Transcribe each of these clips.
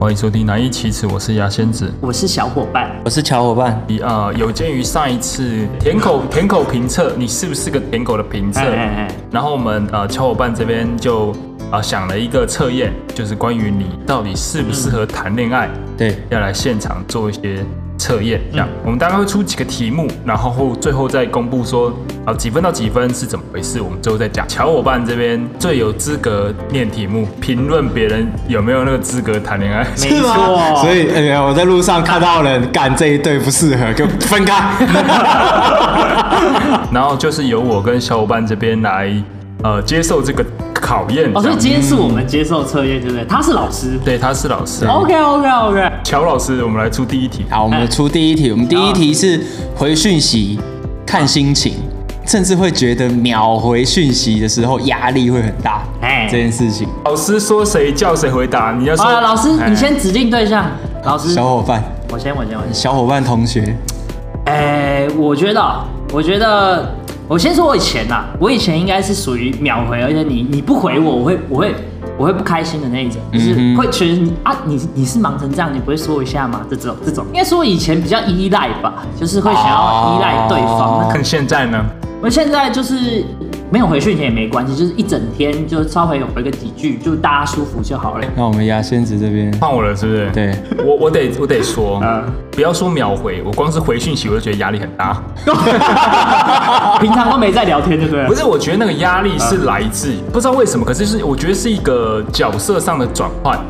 欢迎收听《难以启齿》，我是牙仙子。我是小伙伴，我是小伙伴，一呃，有鉴于上一次舔狗舔狗评测，你是不是个舔狗的评测？哎哎哎然后我们呃小伙伴这边就呃想了一个测验，就是关于你到底适不适合谈恋爱，对，要来现场做一些测验。这样，我们大概会出几个题目，然后最后再公布说啊、呃几分到几分是怎么回事，我们最后再讲。小伙伴这边最有资格念题目，评论别人有没有那个资格谈恋爱。没是吗错，所以，哎呀，我在路上看到人干这一对不适合，给我分开。然后就是由我跟小伙伴这边来呃接受这个考验。这哦，所以样今天是我们接受测验，对不对？他是老师对，他是老师。 ，OK OK OK，乔老师，我们来出第一题。 好，我们出第一题，我们第一题是回讯息看心情，甚至会觉得秒回讯息的时候压力会很大，哎这件事情。老师说谁叫谁回答，你要说。好了，老师哎你先指定对象，老师，小伙伴，我先我先我先，小伙伴同学，哎，我觉得啊，我觉得，我先说我以前呐，我以前应该是属于秒回，而且你你不回我，我会我会我会不开心的那一种，就是嗯哼会觉得你啊，你你是忙成这样，你不会说一下吗？这种这种，应该说以前比较依赖吧，就是会想要依赖对方，哦那可看现在呢？我现在就是没有回讯息也没关系，就是一整天就稍微有回个几句，就大家舒服 就好了。那我们牙仙子这边，换我了，是不是？对，我我得我得说嗯，不要说秒回，我光是回讯息我就觉得压力很大。平常都没在聊天，对不对不？是，我觉得那个压力啊是来自不知道为什么，可是是我觉得是一个角色上的转换。啊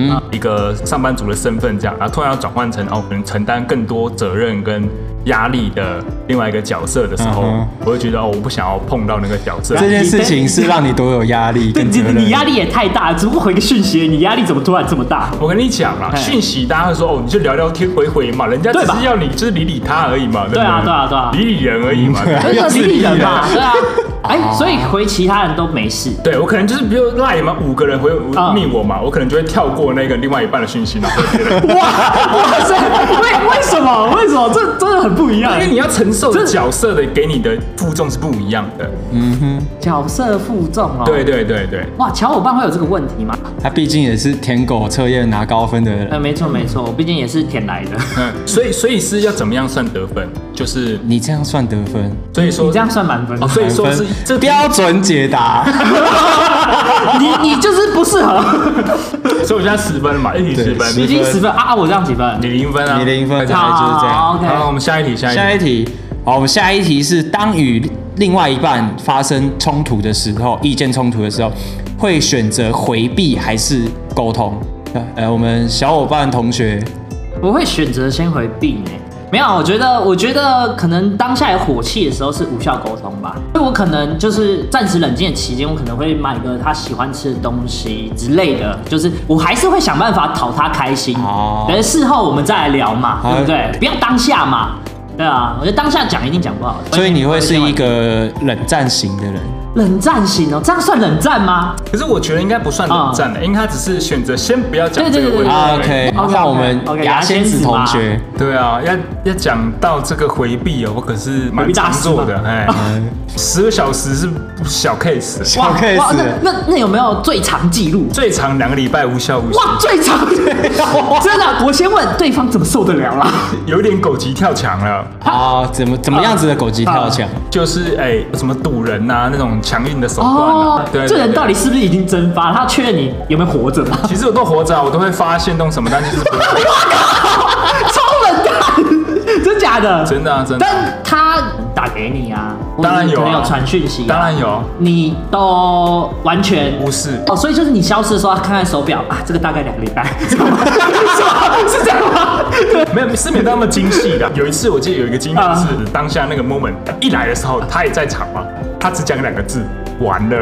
嗯，一个上班族的身份这样，然后突然要转换成哦，可能承担更多责任跟压力的另外一个角色的时候，嗯哼我会觉得哦，我不想要碰到那个角色。这件事情是让你多有压力对跟你责任？你压力也太大，只不过回个讯息，你压力怎么突然这么大？我跟你讲啦，嘿讯息大家会说哦，你就聊聊天回回嘛，人家只对吧是要你就是理理他而已嘛，对不对啊对啊对啊理理人而已嘛。对不对 对啊，理人嘛，对啊。哎，所以回其他人都没事。 对我可能就是比如赖嘛，五个人回啊密我嘛，我可能就会跳过那个另外一半的讯息，然后回别人，哇哇塞，为为什么？为什么？这真的很不一样因为你要承受这角色的给你的负重是不一样的。嗯哼，角色负重哦。对。对对对，哇，小伙伴会有这个问题吗？他毕竟也是舔狗测验拿高分的人呃，。没错没错，我毕竟也是舔来的。嗯，所以所以是要怎么样算得分？就是你这样算得分？所以说你这样算满分哦，。所以说是满分这标，标准解答，你你就是不适合。所以我现在十分了嘛，一题对十分，十已经十分啊！啊我这样几分？你零分啊，你零分，好大概就是好这样。 ，OK 好，我们下一题，下下一一题，题，好，我们下一题是当与另外一半发生冲突的时候，意见冲突的时候，会选择回避还是沟通？呃呃，我们小伙伴同学，我会选择先回避呢、没有，我觉得，我觉得可能当下有火气的时候是无效沟通吧。所以我可能就是暂时冷静的期间，我可能会买个他喜欢吃的东西之类的，就是我还是会想办法讨他开心。哦等事后我们再来聊嘛，好对不对？不要当下嘛。对啊，我觉得当下讲一定讲不好。所以你会是一个个冷战型的人。冷战型哦，这样算冷战吗？可是我觉得应该不算冷战的，应该只是选择先不要讲这个问题。对啊 OK， OK，那我们 OK，牙仙子同牙仙学，对啊，要要讲到这个回避哦，我可是蛮常做的，哎，十个小时是小 case，小 case 那那那有没有最长记录？最长两个礼拜无效无息，哇，最长的，真的，我先问对方怎么受得了啦？有点狗急跳墙了。啊，怎么怎么样子的狗急跳墙？就是哎、什么堵人呐、那种强硬的手段啊，哦，对，这人对到底是不是已经蒸发？他确认你有没有活着吗？其实我都活着、啊，我都会发现动什么，但就是不会 超冷淡，真假的？真的啊，真的啊。但他打给你啊，当然有啊或者是可能有传讯息啊，当然有，你都完全无视。哦，所以就是你消失的时候，他看看手表啊，这个大概两个礼拜， 是吗？是这样吗？没有是没到那么精细的。有一次我记得有一个经验啊是，当下那个 moment 一来的时候，他也在场嘛，他只讲两个字，完了。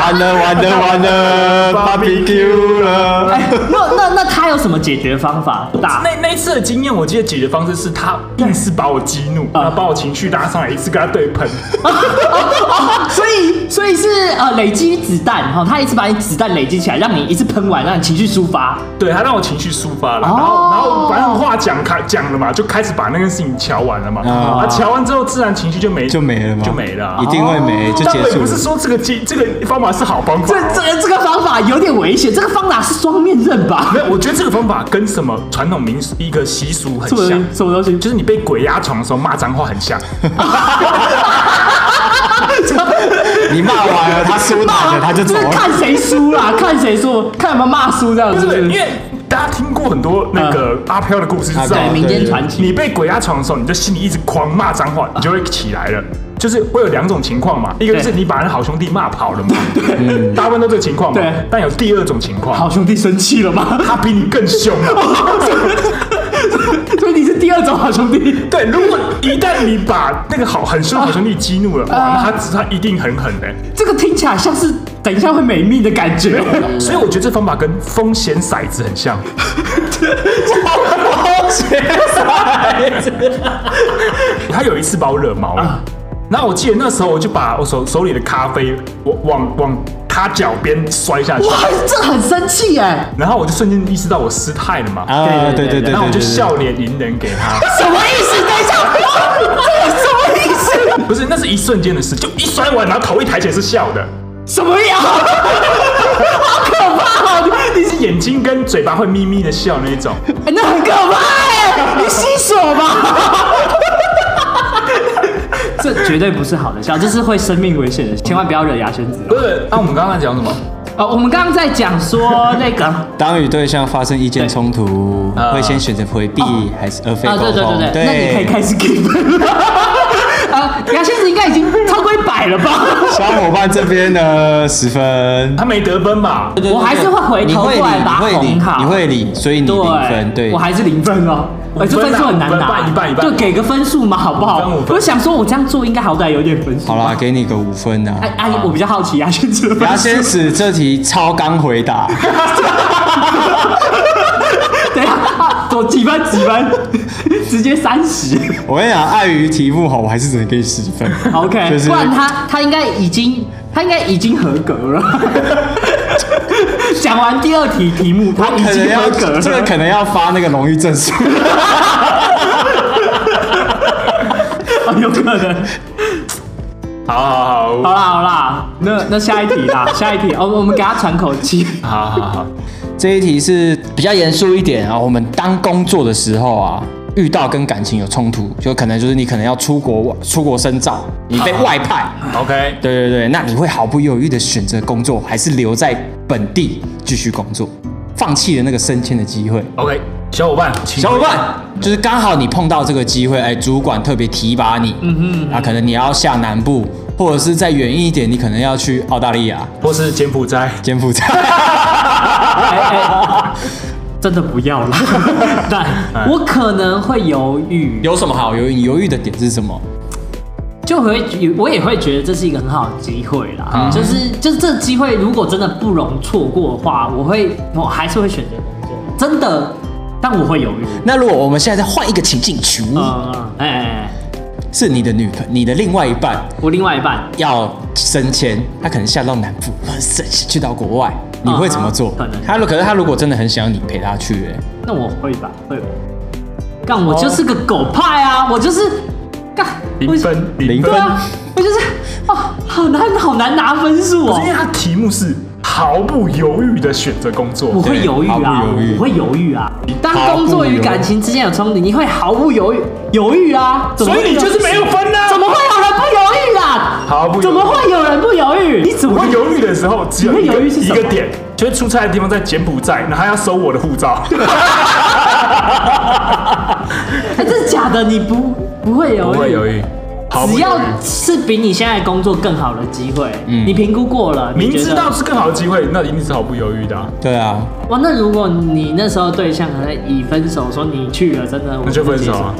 完了完了完 了啊，barbecue 了。哎，那那那他有什么解决方法？打那那一次的经验，我记得解决方式是他硬是把我激怒，啊然后把我情绪拉上来，一次跟他对喷。 所以，所以是呃累积子弹，哈、哦，他一次把你子弹累积起来，让你一次喷完，让你情绪抒发。对他让我情绪抒发了，然哦后然后反正话讲开讲了嘛，就开始把那个事情瞧完了嘛。啊啊，瞧完之后自然情绪就没就没了吗就没了啊。一定会没，就但结我也束不了是。说这个这这个方方法是好方法。啊这这这个方法有点危险，这个方法是双面刃 吧？没有，我觉得这个方法跟什么传统民俗一个习俗很什么像，什么东西？就是你被鬼压床的时候骂脏话很 像。 你骂完了，他输打了，他就走是了。看谁输 啦，看谁输，看有没有骂输这样不子。是，因为大家听过很多那个阿飘的故事，知道啊对民间传奇，你被鬼压床的时候，你就心里一直狂骂脏啊话，你就会起来了。就是会有两种情况嘛，一个就是对嗯你把人好兄弟骂跑了嘛，对，大部分都这个情况嘛对。但有第二种情好哦况，兄弟生气了 吗？他比你更凶啊。所以你是第二种好兄弟。对，如果一旦你把那个好很凶的好兄弟激怒了，啊哇，那他他一定很狠的。这个听起来像是等一下会没命的感觉。所以我觉得这方法跟风险骰子很像。 他有一次把我惹毛啊了，然后我记得那时候我就把我手手里的咖啡我往往他脚边摔下去，哇，这很生气哎！然后我就瞬间意识到我失态了嘛，啊， 对对对，然后我就对对对笑脸隐忍给他，什么意思？等一下， 这个什么意思？不是，那是一瞬间的事，就一摔完，然后头一抬起来是笑的，什么呀？那是眼睛跟嘴巴会眯眯的笑那一种，哎那很可怕哎！你洗手吧。 这绝对不是好的笑，这是会生命危险的，千万不要惹牙仙子不是？那、我们刚刚在讲什么？哦。我们刚刚在讲说那个，当与对象发生意见冲突啊，会先选择回避还是而非啊，沟对对通？对对，那你可以开始给分 了。啊，牙仙子应该已经超过一百了吧？小伙伴这边呢，十分。他没得分吧？对我还是会回头过来把它你会理，哄好你会理，所以你零分，对我，还是零分哦。哎、这分数很难拿，五分啊五分一啊半一半就给个分数嘛，好不好？五分五分我想说，我这样做应该好歹有点分数。好 啦，，给你个五分啊呐哎。哎、我比较好奇牙仙子的分数。牙仙子这题超刚回答， 等一下，啊我几分几分， 直接三十。我跟你讲，碍于题目好，我还是只能给你十分。 OK，、就是不然他他应该已经他应该已经合格 了。讲完第二题题目，他已可能经要合格了。这个可能要发那个荣誉证书。哦有可能。好好好好啦好啦，那那下一题 啦，下一题，哦，我们给他喘口气。好好好，这一题是比较严肃一点啊。我们当工作的时候啊，遇到跟感情有冲突，就可能就是你可能要出国出国深造，你被外派，好，OK。对对对，那你会毫不犹豫的选择工作，还是留在本地继续工作，放弃了那个升迁的机会？ OK，小伙伴，请小伙伴，就是刚好你碰到这个机会，哎，主管特别提拔你，嗯哼，啊，可能你要下南部，或者是再远一点，你可能要去澳大利亚、或是柬埔寨，柬埔 寨。哎哎，真的不要 了。但哎我可能会犹豫，有什么好犹豫？你犹豫的点是什么？就会我也会觉得这是一个很好的机会啦。啊就是就是这个机会，如果真的不容错过的话，我会我还是会选择工作，真的。但我会犹豫。那如果我们现在再换一个情境求，嗯，哎哎，哎是你的女朋，你的另外一半我另外一半要升迁，他可能下到南部，很省去到国外，你会怎么做嗯可能？他如可是他如果真的很想你陪他去、哎那我会吧，会吧。干，我就是个狗派啊！我就是干零分，零分对啊， 我就是啊，好难，好难拿分数不哦是因。为它题目是毫不犹豫的选择工我作，会犹豫啊毫不犹，豫我会犹豫啊。当毫不工作与犹豫感情之间有冲突，你会毫不犹豫犹豫啊？怎么所会以你就是没有分呐、怎么会有人不犹豫啦？毫不犹豫怎么会有人不犹豫？你怎我么会会？犹豫的时候，只有你会一个犹豫是一什么个点，就是出差的地方在柬埔寨，然后他要收我的护照。哎，这是假的，你不不会犹豫？豫，毫不只犹要豫。嗯是比你现在工作更好的机会，你评估过了，你明觉得知道是更好的机会，那一定是毫不犹豫的、啊。对啊，哇，那如果你那时候对象可能以分手说你去了，真的我那就不分接手受啊！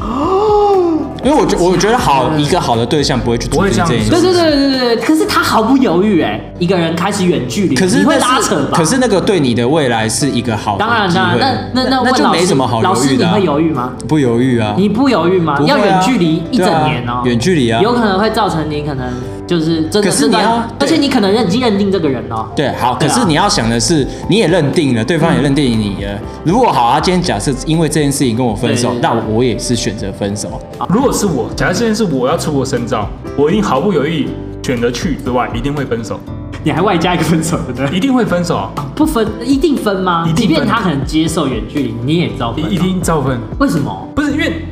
因为我觉我觉得好一个好的对象不会去不做会这这样子件事对。对对对对，对可是他毫不犹豫哎，一个人开始远距离，可是你会那拉扯吧？可是那个对你的未来是一个好的当然机当会然，那那那那问就老没师什么好老犹师豫的、你啊。会犹豫吗？不犹豫啊？你不犹豫吗？不会要啊远距离一整年哦、对啊远距离啊有可能会造成你可能就是真的可是这段你要而且你可能认已经认定这个人了、对，好，可对啊是你要想的是，你也认定了，对方也认定你了。如果好，他啊今天假设因为这件事情跟我分手，对对对那我也是选择分手。如果是我，假如现在是我要出国深造，我一定毫不犹豫选择去之外，一定会分手。你还外加一个分手 的，一定会分手，啊不分一定分吗？一定分即便他可能接受远距离，你也照分、一一定照分。为什么？不是因为，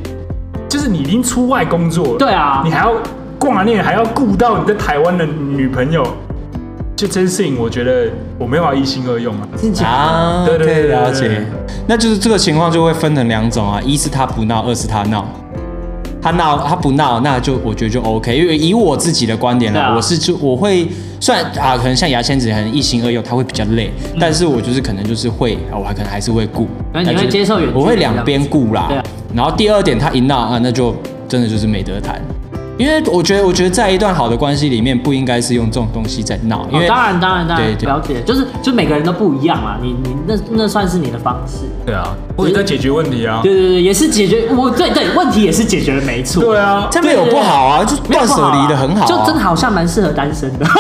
就是你已经出外工作了，对啊你还要挂念，还要顾到你在台湾的女朋友，就这件事情，我觉得我没有办法一心二用啊。真假的？啊，对对对可以对了对解。那就是这个情况就会分成两种啊，一是他不闹，二是他闹。他闹，他不闹，那就我觉得就 OK。因为以我自己的观点啦，对啊我是就我会虽然啊，可能像牙签子很一心二用，他会比较累，但是我就是可能就是会，啊我还可能还是会顾。那你但就会接受远距离我会两边顾啦。这样子然后第二点，他一闹啊，那就真的就是没得谈。因为我觉得，我觉得在一段好的关系里面，不应该是用这种东西在闹，因哦为、、当然当然当然对，对了解，就是就每个人都不一样啊嘛，你你那那算是你的方式。对啊，我也在解决问题啊。对对对，也是解决我对对问题也是解决了没错。对啊，这没有不好啊，就没有断不好舍啊，离的很好、啊，就真 的好像蛮适合单身的。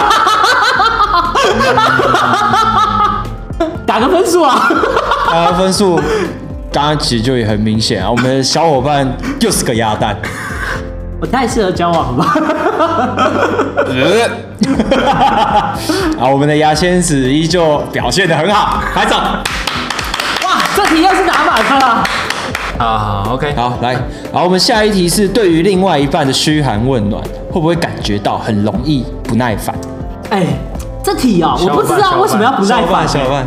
打个分数啊！ 大家呃分数，刚刚其实就也很明显啊，我们的小伙伴又是个鸭蛋， 我太适合交往了 吧？呃啊，我们的牙签子依旧表现得很好，拍掌。哇，这题又是打满分啊！啊好，OK，好，来，好，我们下一题是对于另外一半的嘘寒问暖，会不会感觉到很容易不耐烦？哎、这题哦、小我伙伴不知道为什么要不耐烦，小伙伴，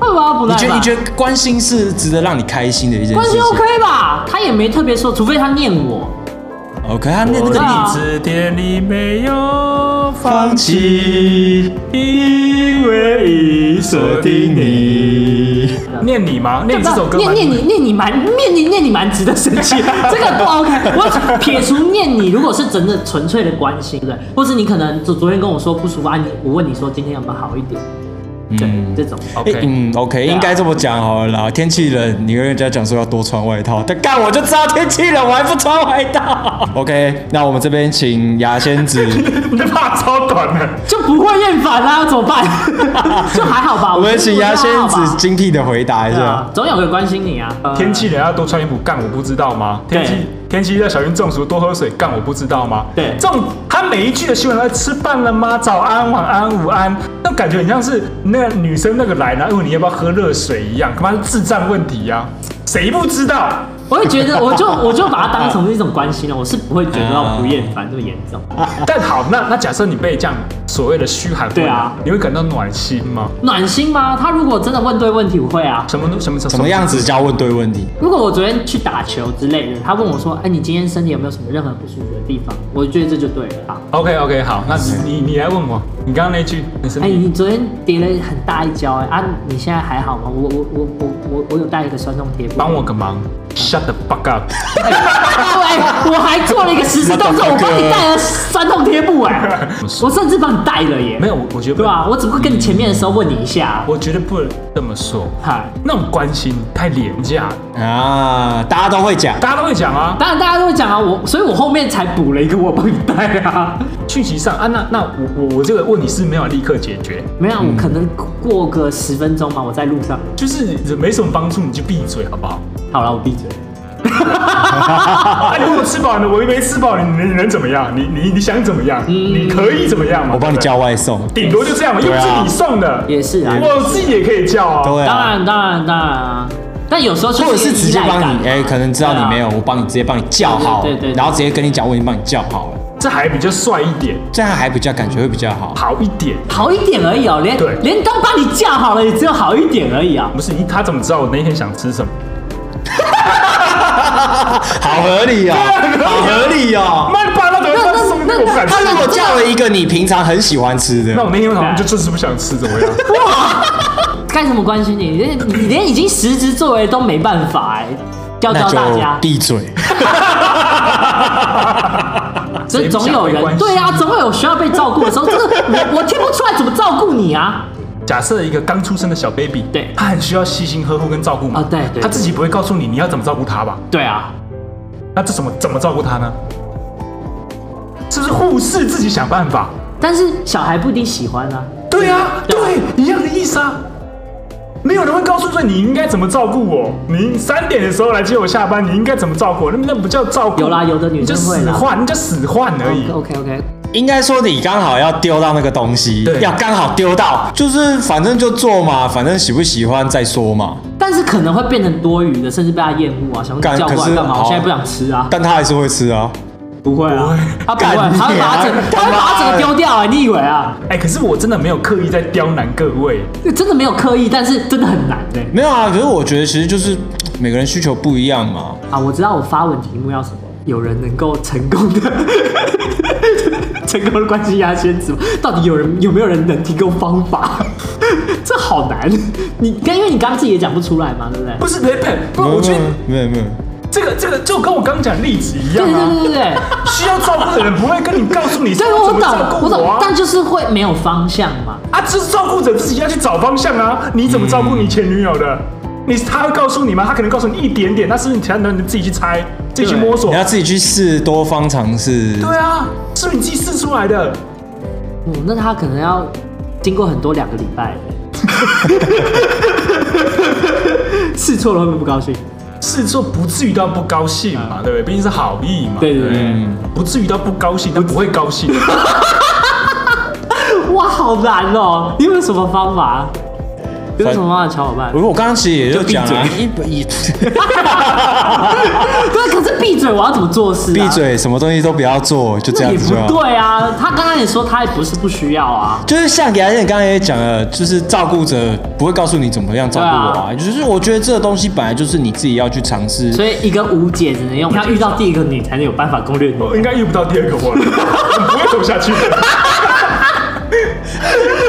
为什么要不你耐觉得烦？你觉得关心是值得让你开心的一件关事系情 OK 吧？他也没特别说，除非他念我。 ？OK，他那那我个对啊的字典里没有放放弃，弃，因为已锁定你。念你吗？念这首歌吗？念念你念你蛮念你念你蛮值得生 气的，这个不 OK。我撇除念你，如果是真的纯粹的关心，对不对，或是你可能昨昨天跟我说不舒服啊，你我问你说今天有没有好一点，对，嗯这种。哎 OK，嗯，OK，应该这么讲好了啦。天气冷，你跟人家讲说要多穿外套，但干我就知道天气冷，我还不穿外套。OK，那 我们这边请牙仙 子， 你的怕超短的。就不会厌烦啦、怎么办？ 就还好吧。 我们请牙觉仙得还好吧子精辟的回答一对下啊。，总有人关心你啊。呃天气冷要多穿衣服，干我不知道吗？对天气天气热小心中暑，多喝水，干我不知道吗？对这种他每一句的新闻都在吃饭了吗？早安、晚安、午安，那感觉很像是那个女生那个来，然后问你要不要喝热水一样，他妈是智障问题呀、谁不知道？我会觉得，我就我就把它当成是一种关心了，我是不会觉得啊到不厌烦这么严重。但好，那那假设你被这样所谓的嘘寒问对暖，啊你会感到暖心吗？暖心吗？他如果真的问对问题，我会啊。什么什么什么什么样子叫问对问题？如果我昨天去打球之类的，他问我说：“哎，你今天身体有没有什么任何不舒服的地方？”我觉得这就对了啊。 ？OK OK，好，那你你来问我，你刚刚那句，你身哎，体你昨天跌了很大一跤、哎啊，你现在还好吗？我我我我我我有带一个酸痛贴布，帮我个忙，Shut the fuck up。哎，我还做了一个实时动作，我帮你带了酸痛贴布 哎，我甚至帮你带了耶。没有，我我觉得不对啊吧？我只不过跟你前面的时候问你一下，我觉得不能这么说，嗨，那种关心太廉价了，啊，大家都会讲。大家都会讲啊。当然大家都会讲啊，我所以我后面才补了一个我帮你带啊。讯息上啊，那那我我我这个问题是没有立刻解决，没有，我可能过个十分钟吧，我在路上。就是没什么帮助，你就闭嘴好不好？好了，我闭嘴。啊，你问我吃饱了，我又没吃饱，你你你能怎么样？你你你想怎么嗯样？你可以怎么样嘛？我帮你对不对叫，外送。顶多就这样嘛，又对不啊是你送的，也是啊我自己也可以叫啊。对当啊，然，当然，当然啊。但有时候就或者是一个直接依赖帮感啊你，哎，可能知道你没有，我帮你直接帮你叫好对对对，对然后直接跟你讲，我已经帮你叫好了，这还比较帅一点，这样还比较感觉会比较好。好一点。好一点而已哦，连对连都帮你架好了，也只有好一点而已啊。不是你，他怎么知道我那天想吃什么？ 好合理哦，好合理哦。妈你爸，那怎么那办那送这个我不敢吃他？如果叫了一个你平常很喜欢吃的那，我那天好像就就是不想吃，怎么样？该怎么关心你？你连你连已经实质作为都没办法哎、要那教就大家。闭嘴。 这总有谁不想被关心人对啊，总会有需要被照顾的时候。这个我我听不出来怎么照顾你啊。假设一个刚出生的小 baby，对他很需要细心呵护跟照顾嘛，啊对对他自己不会告诉你你要怎么照顾他吧？对啊，那这怎么怎么照顾他呢？是不是护士自己想办法？但是小孩不一定喜欢啊。对啊，对对，一样的意思啊。没有人会告诉说你应该怎么照顾我，你三点的时候来接我下班，你应该怎么照顾我？那那不叫照顾，有啦有的女哦你就生会使啦唤，你就使唤而已。 OK OK，应该说你刚好要丢到那个东西对，要刚好丢到，就是反正就做嘛，反正喜不喜欢再说嘛。但是可能会变成多余的，甚至被他厌恶啊，想说干你叫过可来是干嘛？我好现在不想吃啊，但他还是会吃啊。不会啊，他不会，干他会你把啊它整，他会把它整个丢掉啊，你以为啊？ 哎、可是我真的没有刻意在刁难各位，真的没有刻意，但是真的很难欸呢、没有啊，可是我觉得其实就是每个人需求不一样嘛。啊，我知道我发文题目要什么，有人能够成功的 成功的关系压先知吗？到底有人有没有人能提供方法？ 这好难，你刚因为你刚刚自己也讲不出来嘛，对不对？不是雷佩，不，我觉得没有没有，这个这个就跟我刚讲例子一样对对啊对，对对，需要照顾的人不会跟你告诉 你说对我怎么懂照我顾懂，啊，但就是会没有方向嘛。啊，这是照顾者自己要去找方向啊，你怎么照顾你前女友的？你他会告诉你吗？他可能告诉你一点点，但是你其他能你自己去猜，自己去摸索你。要自己去试，多方尝试。对啊，是不是你自己试出来的？哦，那他可能要经过很多两个礼 拜欸。试错了会不会不高兴？试错不至于到不高兴嘛，对不对？毕竟是好意嘛，啊对对不对嗯，不至于到不高兴，但不会高兴。哇，好难哦！你有没有什么方法？有没有什么方法敲伙伴我？我刚刚其实也就讲啊了、就一 一对，可是闭嘴，我要怎么做事、闭，嘴，什么东西都不要做，就这那样也子就不好。对啊。他刚刚也说他也不是不需要啊。就是像雅燕刚才也讲了，就是照顾者不会告诉你怎么样照顾我啊，就是我觉得这个东西本来就是你自己要去尝试。所以一个无解只能用，要遇到第一个你才能有办法攻略你。我应该遇不到第二个我 了，我不会走下去的。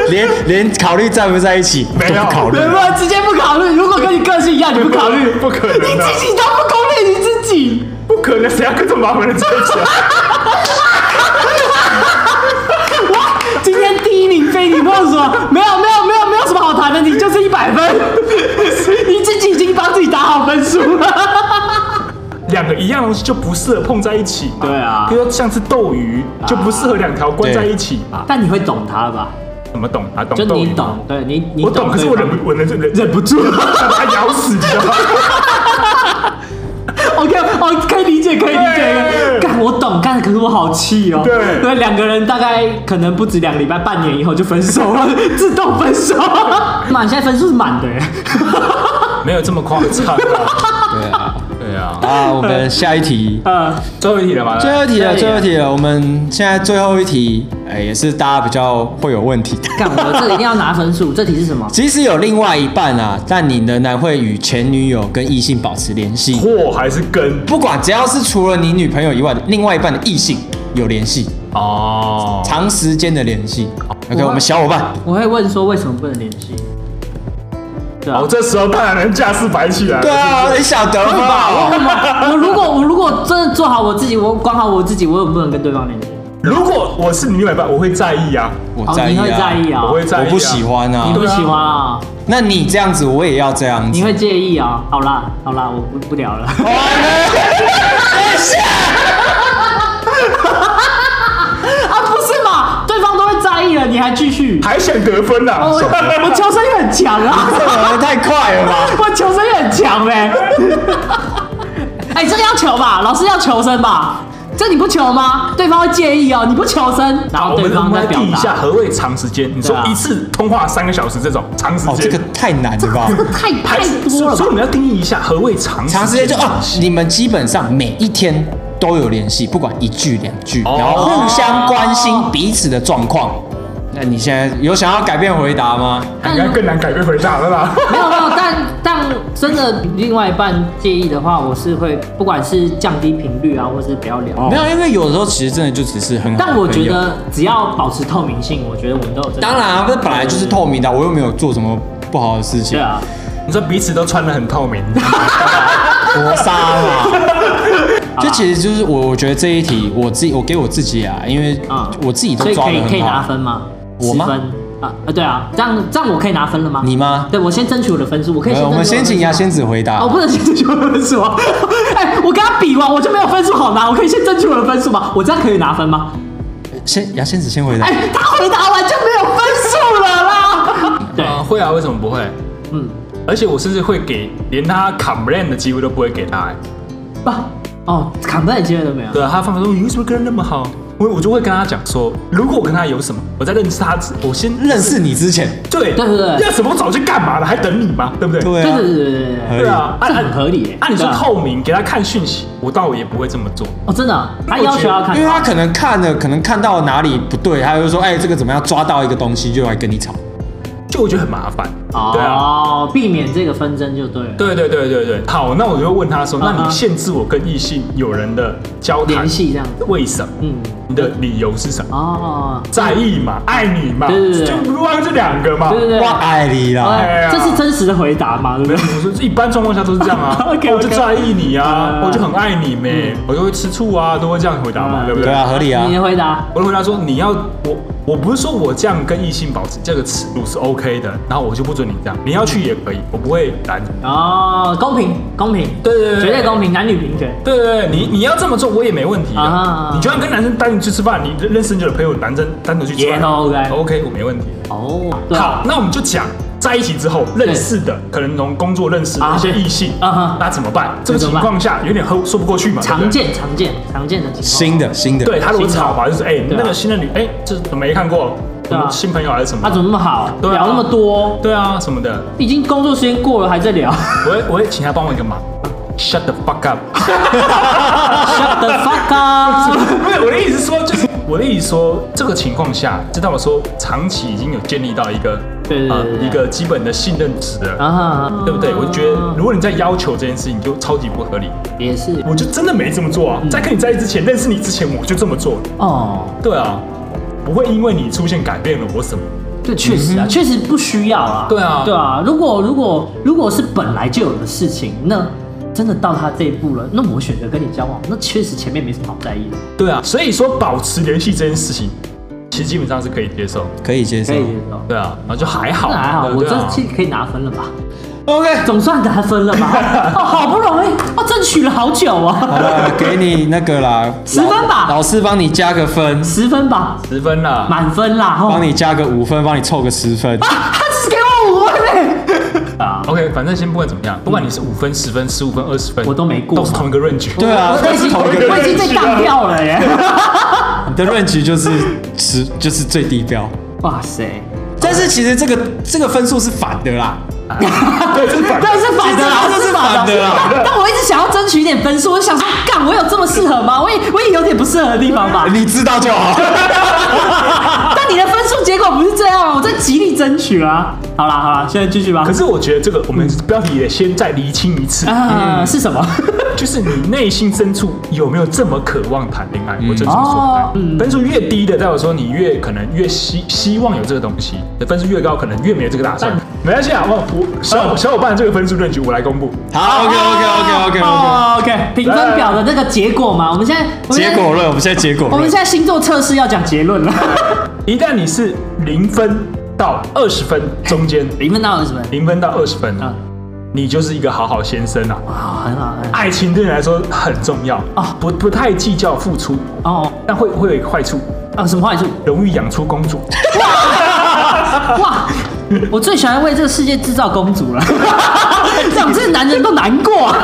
连连考虑在不在一起没都有不考虑对，不然直接不考虑。如果跟你个性一样， 你不考虑，不可能啊你自己都不攻略你自己。不可能，谁要跟着麻烦人在一起啊？哇，今天第一名非你莫属，没有没有没有没有什么好谈的，你就是一百 分，你自己已经帮自己打好分数了。两个一样的东西就不适合碰在一起嘛。对啊比如说像是斗鱼，就不适合两条关在一起嘛。 但你会懂他吧？怎么懂啊？懂就斗鱼你吗？懂，对你你我懂，可是我忍不，我忍忍忍忍不住。想把它咬死，你知道吗？ OK，哦，可以理解，可以理解。对干，我懂，干，可是我好气哦。对对，两个人大概可能不止两个礼拜，半年以后就分手 了，自动分 手。满，现在分数是满的耶。，没有这么夸张啊。对啊。对啊，啊，我们下一题呃，最后一题了吗？最后一题下了，一题啊最后一题了。我们现在最后一题，哎，也是大家比较会有问题的。 干，我这一定要拿分数。这题是什么？即使有另外一半啊，但你仍然会与前女友跟异性保持联系，货还是根不管只要是除了你女朋友以外的另外一半的异性有联系，哦。长时间的联系。OK，我我们小伙伴，我会问说为什么不能联系？对啊哦，，这时候当然能架势摆起来了。对啊，你晓 得我吗？我如果我如果真的做好我自己，我管好我自己，我有不能跟对方联系？如果我是你女伴，我会在意啊，我在意哦、你会在啊意，啊、我会在意、啊。我不喜，欢啊你。不喜欢啊、那你这样子，我也要这样你子。会介意啊、好啦，好啦，我不不聊了。哦 啊，不是嘛，对方都会在意了，你还继续？还想得分呐、哦我啊？我 求生欲很强 啊，这玩得太快了吧？ 我求生欲很强哎、 哎、这个要求吧，老师要求生吧，这你不求吗？对方会介意哦，你不求生，然后我对们我方们在来表定一下达，何谓长时间？你对说啊一次通话三个小时这种长时哦，这间个，太难了吧？太太还是多了所以我吧？们要定义一下何谓长长时间就哦啊，，你们基本上每一天都有联系，不管一句两句，哦然后互相关心彼此的状况。那你现在有想要改变回答吗？嗯应该更难改变回答了啦。没有没有，但但真的另外一半介意的话，我是会不管是降低频率啊，或是不要聊。没有，因为有的时候其实真的就只是很好的朋友。但我觉得只要保持透明性，我觉得我们都有这个。啊当然啊，这本来就是透明的，我又没有做什么不好的事情对，啊， 你说彼此都穿得很透 明，磨砂 嘛。啊就其实就是我，我觉得这一题我自己，我给我自己啊，因为啊、我自己都所以抓可以的可以很拿好。分吗？我吗10分啊啊，对啊，这样这样我可以拿分了吗？你吗？对，我先争取我的分数，我可以先呃争取我的们分数吗。先请牙仙子回答。哦，我不能先争取我的分数啊！ 哎、我跟他比完，我就没有分数好拿，我可以先争取我的分数吗？我这样可以拿分吗？先牙仙子先回答哎、。他回答完就没有分数了啦。对，哦啊，会啊，为什么不会？嗯，而且我甚至会给连他 complain 的机会都不会给他、欸。不，哦，砍分的机会都没有。啊对啊，他放松，你为什么跟人那么好？我我就会跟他讲说，如果我跟他有什么，我在认识他之，我先认识你之前，对对对对要什么早去干嘛了，还等你吗？对不对？对对啊对，对对对合对，理对啊，这很合理耶按、啊、你说对啊透明，给他看讯息，我倒也不会这么做。哦，真的啊，他要求要看因为他可能看了，可能看到哪里不对，他就说，哎，这个怎么样抓到一个东西就来跟你吵。就我觉得很麻烦。对啊，哦，避免这个纷争就对了。对对对对对。好，那我就问他说，啊那哈你限制我跟异性友人的交谈联，系这样子，为什么？嗯，你的理由是什么？哦，在意嘛，爱你嘛，对对对就不光这两个嘛。对对对，我爱你啦，哎哎呀这是真实的回答嘛？对不对？我说一般状况下都是这样 啊 OK，OK 我就在意你啊，嗯我就很爱你咩，我就会吃醋啊，都会这样回答嘛，嗯对不对对？啊，合理啊你，的回答，我就回答说，你要我，我不是说我这样跟异性保持这个尺度是 OK 的，然后我就不准你这样，你要去也可以，我不会拦你。哦，公平，公平，对对对绝对公平，男女平权。对对对，你你要这么做，我也没问题的。啊你就算跟男生单独去吃饭，你认识很久的朋友，男生单独去吃也饭都 OK OK，我没问题。哦，对啊好，那我们就讲在一起之后认识的，可能从工作认识的啊一些异性，啊哈那怎么办？这个那怎情么办况下有点说说不过去嘛，对不对常。见，常见，常见的情况。新的新的，对他如果新的吵嘛，就是哎、对啊那个新的女，哎、这怎么没看过？什对啊么新朋友还是什么？啊，怎么那么好，对啊聊那么多，对啊，什么的，已经工作时间过了还在 聊我会我会请他帮我一个忙。Shut the fuck up！ ，shut the fuck 啊 up。不是我的意思是说，就是我的意思说，这个情况下，知道我说长期已经有建立到一个啊对对对对对一个基本的信任值了，啊，对不对？我就觉得如果你在要求这件事情，就超级不合理。也是我就真的没这么做嗯啊，在跟你在一起之前，认识你之前，我就这么做了。哦，对啊，不会因为你出现改变了我什么。这确实啊，确实不需要啊。嗯对啊对啊。如果如果如果是本来就有的事情，那真的到他这一步了，那我选择跟你交往，那确实前面没什么好在意的。对啊，所以说保持联系这件事情，其实基本上是可以接受。可以接受可以接受。对啊，然后就还好，那还好，对我对这啊期可以拿分了吧？ ，OK，总算拿分了吧？ 哦，好不容易，哦，争取了好久好啊，了，给你那个啦，十分吧老师帮你加个分，十分吧，十分啦，满分啦，哦帮你加个五分，帮你凑个十分。啊，他只给我五分呢。啊， OK，反正先不管怎么样，不管你是五分、十分、十五分、二十分，我都没过都是同一个 range。对啊，我已经同一个我已经被当掉了 耶！你的 range 就是十，就是最低标。哇塞，但是其实这个这个分数是反的啦，对，这是反但是反的啦，这是是反反的啦但但我一直想要争取一点分数，我就想说，干，我有这么适合吗？我也我也有点不适合的地 方吧。你知道就好。但你的分数结果不是这样啊，我在极力争取啊。好啦好啦，现在继续吧可。是我觉得这个我们标题也先再厘清一次，嗯啊，是什么？就是你内心深处有没有这么渴望谈恋爱？我真么哦说嗯谈，分数越低的，代表说你越可能越希希望有这个东西；分数越高，可能越没有这个打算。嗯没关系啊，我我小伙小伙伴这个分数论据我来公布。好，OK OK OK OK OK。哦 OK，评分表的那个结果嘛，我们现在我们现结在果论，我们现在结果我们论现。在星座测试要讲结论了，一旦你是零分到二十分中间，零分到二十分零分到二十分啊，你就是一个好好先生啊。啊，很好很好爱情对你来说很重要啊啊，不不太计较付出，哦但会会有一个坏处，啊，什么坏处？容易养出公主。 哇，我最喜欢为这个世界制造公主了，这种这男人都难过、啊。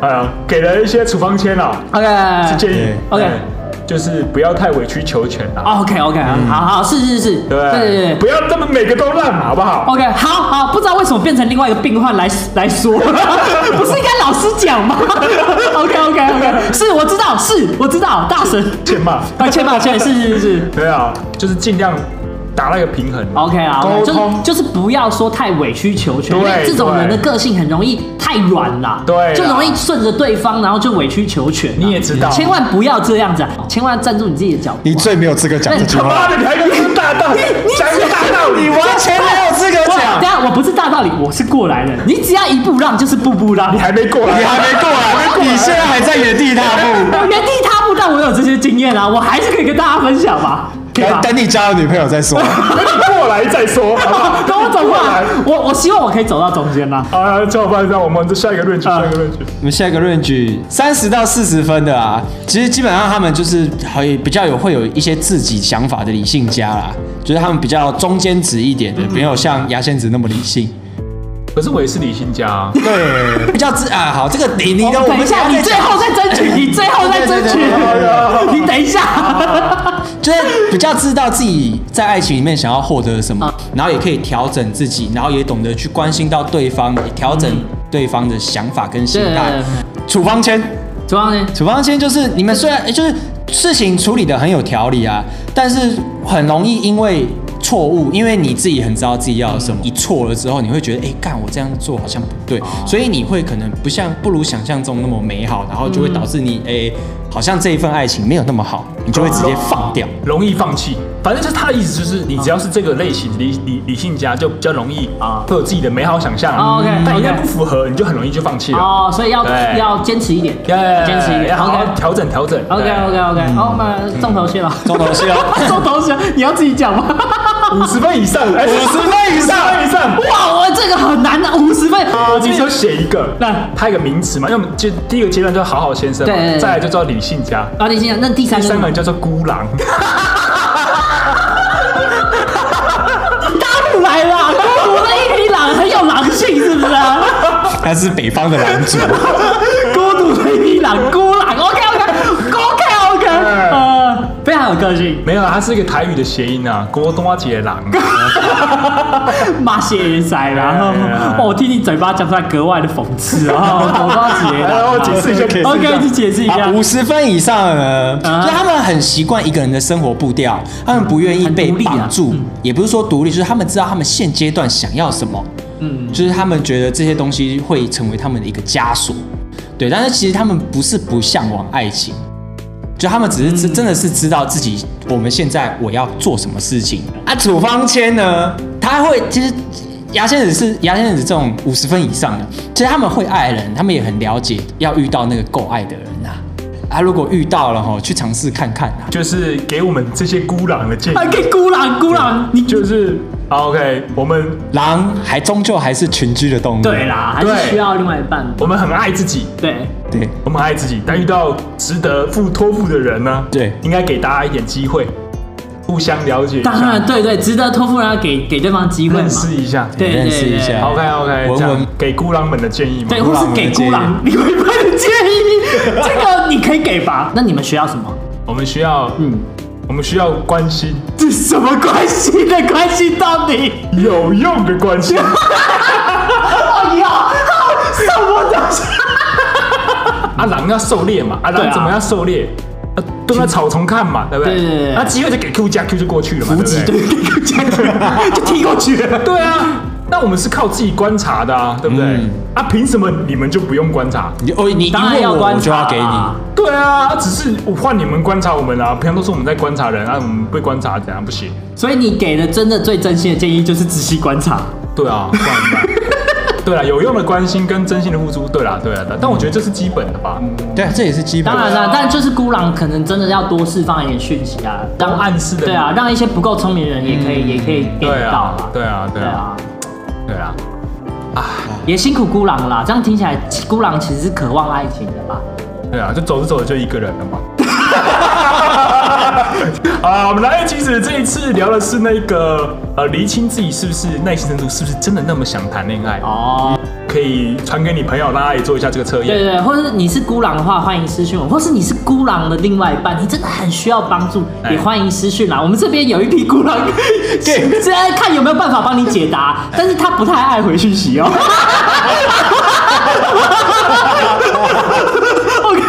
哎呀，给了一些处方签啦， OK 建议 OK 哎就是不要太委曲求全啦， OK OK，、好好是是是，对不对哦对？对对不要这么每个都烂，好不好？ OK，好好，不知道为什么变成另外一个病患来来说，不是应该老师讲吗？OK OK OK，是我知道，是我知道，大神，欠骂，抱歉抱歉，是是是。对啊，就是尽量达到一个平衡。 OK 啊沟通就就是不要说太委曲求全，因为对这种人的对个性很容易太软啦，对啦就容易顺着对方，然后就委曲求全啊。你也知道，千万不要这样子、啊，千万站住你自己的脚步啊。你最没有资格讲这句他妈话，的，你还跟大道理讲一个大道理，完全没有资格哇等一。下我不是大道理，我是过来人。你只要一步让，就是步步让你。还没过来，你还没过来，你现在还在原地踏步。我 原地踏步，但我有这些经验啊，我还是可以跟大家分享吧，可以吧等？等你交了女朋友再说。等你过来再说，好不 好？等我走过来你过，我我希望我可以走到中间啦。好啊，小伙伴，让我们这下一个论据，啊下一个论据。我们下一个 range 三十到四十分的啊，其实基本上他们就是会比较有会有一些自己想法的理嗯性家啦，就是他们比较中间值一点的，没有像牙仙子那么理性。可是我也是理性家啊， 对，比较自啊，好，这个你你的我等一们下，不要你再最讲后再争取，你最后再争取对对对，你等一下。就是比较知道自己在爱情里面想要获得什嗯么，然后也可以调整自己，然后也懂得去关心到对方，也调整嗯对方的想法跟心态。处方签，怎么样呢？处方签就是你们虽然诶就是事情处理的很有条理啊，但是很容易因为错误，因为你自己很知道自己要什么，一错了之后，你会觉得哎，干、我这样做好像不对，所以你会可能不像不如想象中那么美好，然后就会导致你哎、好像这一份爱情没有那么好，你就会直接放掉。容易放弃。反正就是他的意思，就是你只要是这个类型的理理理性家，就比较容易啊会有自己的美好想象。哦，OK，但一旦 OK 不符合，你就很容易就放弃了。哦，所以要对要坚持一点，要坚持一点。要好好 OK 调整调整。 OK OK OK，好，我们重头戏了。重嗯头戏哦 重头戏，你要自己讲 吗？五十分以 上，五50分以上分以上。哇，我这个很难的，五十分。啊，你就写一个，那他一个名词嘛，因为我们就第一个阶段叫好好先生嘛，对对对再来就叫理性家，啊，你先讲。那第三第个是三什么，个叫做孤 狼，大不来啦，我的一匹狼很有狼性，是不是 啊？他是北方的狼族，孤独的一匹狼，孤狼。OK OK OK OK，呃，嗯非常有个性，没有啊，它是一个台语的谐音啊，郭东阿姐 狼，骂谢也塞啦。哦对啊哇，我听你嘴巴讲出来格外的讽 刺啊，我巴姐来啦。哎我解释一下，解释一下 OK，你解释一下啊，。五十分以上的呢，啊就是他们很习惯一个人的生活步调，他们不愿意被很独立啊绑住嗯，也不是说独立，就是他们知道他们现阶段想要什么，嗯。就是他们觉得这些东西会成为他们的一个枷锁，对，但是其实他们不是不向往爱情。就他们只是嗯真真的是知道自己我们现在我要做什么事情啊。处方签呢，他会其实牙仙子是牙仙子这种五十分以上的，其实他们会爱人，他们也很了解要遇到那个够爱的人啊。啊，如果遇到了哈，去尝试看看啊。就是给我们这些孤狼的建还议，给哎孤狼孤狼，你就是好 OK，我们狼还终究还是群居的动物，对啦，还是需要另外一半。我们很爱自己，对，对，我们很爱自己，但遇到值得付托付的人呢，对应该给大家一点机会，互相了解一下，当然对对，值得托付人要给给对方机会嘛认。识一下，对对认识一下对 OK OK，文文给孤狼们的建议嘛，对，或是给孤狼另外一半的建议， 这个你可以给吧？那你们需要什么？我们需要，嗯，我们需要关心，这什么关系的关系到底？有用的关 心。哎呀，什么东西？啊，狼要狩猎嘛，啊，对狼啊怎么样狩猎？啊，蹲在草丛看嘛，对不对？对对对对那机会就给 Q 加 Q 就过去了嘛，对不对对？， 就踢过去了。对啊，那我们是靠自己观察的啊，对不对嗯？啊，凭什么你们就不用观察？你哦，你你当然问要我，观我就察要啊，给你。对啊，啊只是我换你们观察我们啊，平常都是我们在观察人啊，我们被观察怎样不行？所以你给的真的最真心的建议就是仔细观察。对啊，不然怎么办对啦，啊有用的关心跟真心的付出，对啦，对啦，啊对啦但我觉得这是基本的吧，对，这也是基本当的。然啦，但就是孤狼可能真的要多释放一点讯息啊，让多暗示的对啊，让一些不够聪明的人也可以、也可以 get 对到啊啦，。对啊，对嗯对啊，啊，对啊，也辛苦孤狼啦。这样听起来，孤狼其实是渴望爱情的吧？对啊，就走着走着就一个人了嘛。 啊，我们来，其实这一次聊的是那个呃，厘清自己是不是内心深处是不是真的那么想谈恋爱，哦，可以传给你朋友，让他也做一下这个测对验。对对，或者你是孤狼的话，欢迎私讯我；，或是你是孤狼的另外一半，你真的很需要帮助，哎也欢迎私讯啦。我们这边有一批 孤狼，对现在看有没有办法帮你解答，但是他不太爱回讯息哦。OK，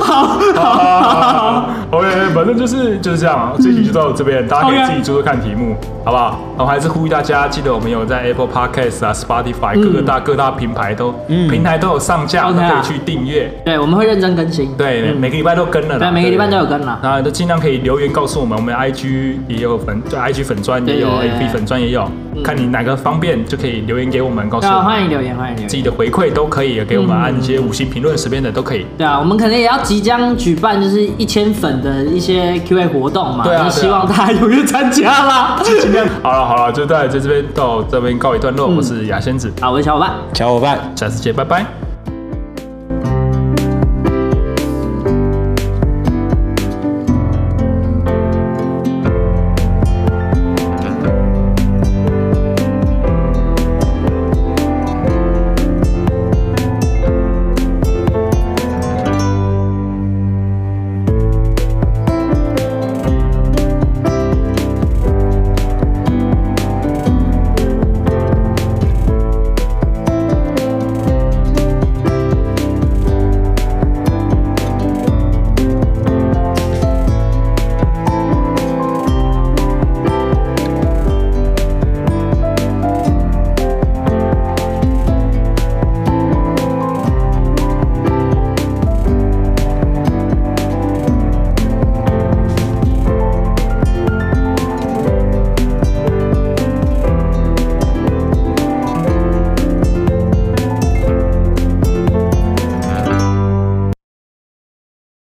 好。 啊 OK，反正就是就是这样啊，这集就到这边，大家可以 OK 自己做做看题目，好不好？然后还是呼吁大家，记得我们有在 Apple Podcast 啊、Spotify 嗯各个大各大平台都平台都有上架，都 OK 啊可以去订阅。对，我们会认真更新。对，每个礼拜都跟了啦。嗯对每个礼拜都有跟啦那都尽量可以留言告诉我们，我们 IG 也有粉，就 IG 粉砖也有对对对嗯，FB 粉砖也有，看你哪个方便就可以留言给我们，告诉对我啊，们欢迎嗯留言，欢迎留自己言。的回馈都可以，也给我们按一些五星评论，随便的都可以。对啊，我们可能也要即将举办就是一千粉的一些 Q&A 活动嘛，对啊就对啊希望大家踊跃参加 啦。尽量好了好了，就在这边到这边告一段落，我是牙仙子，好，我是小伙伴。小伙伴，下次见，拜拜。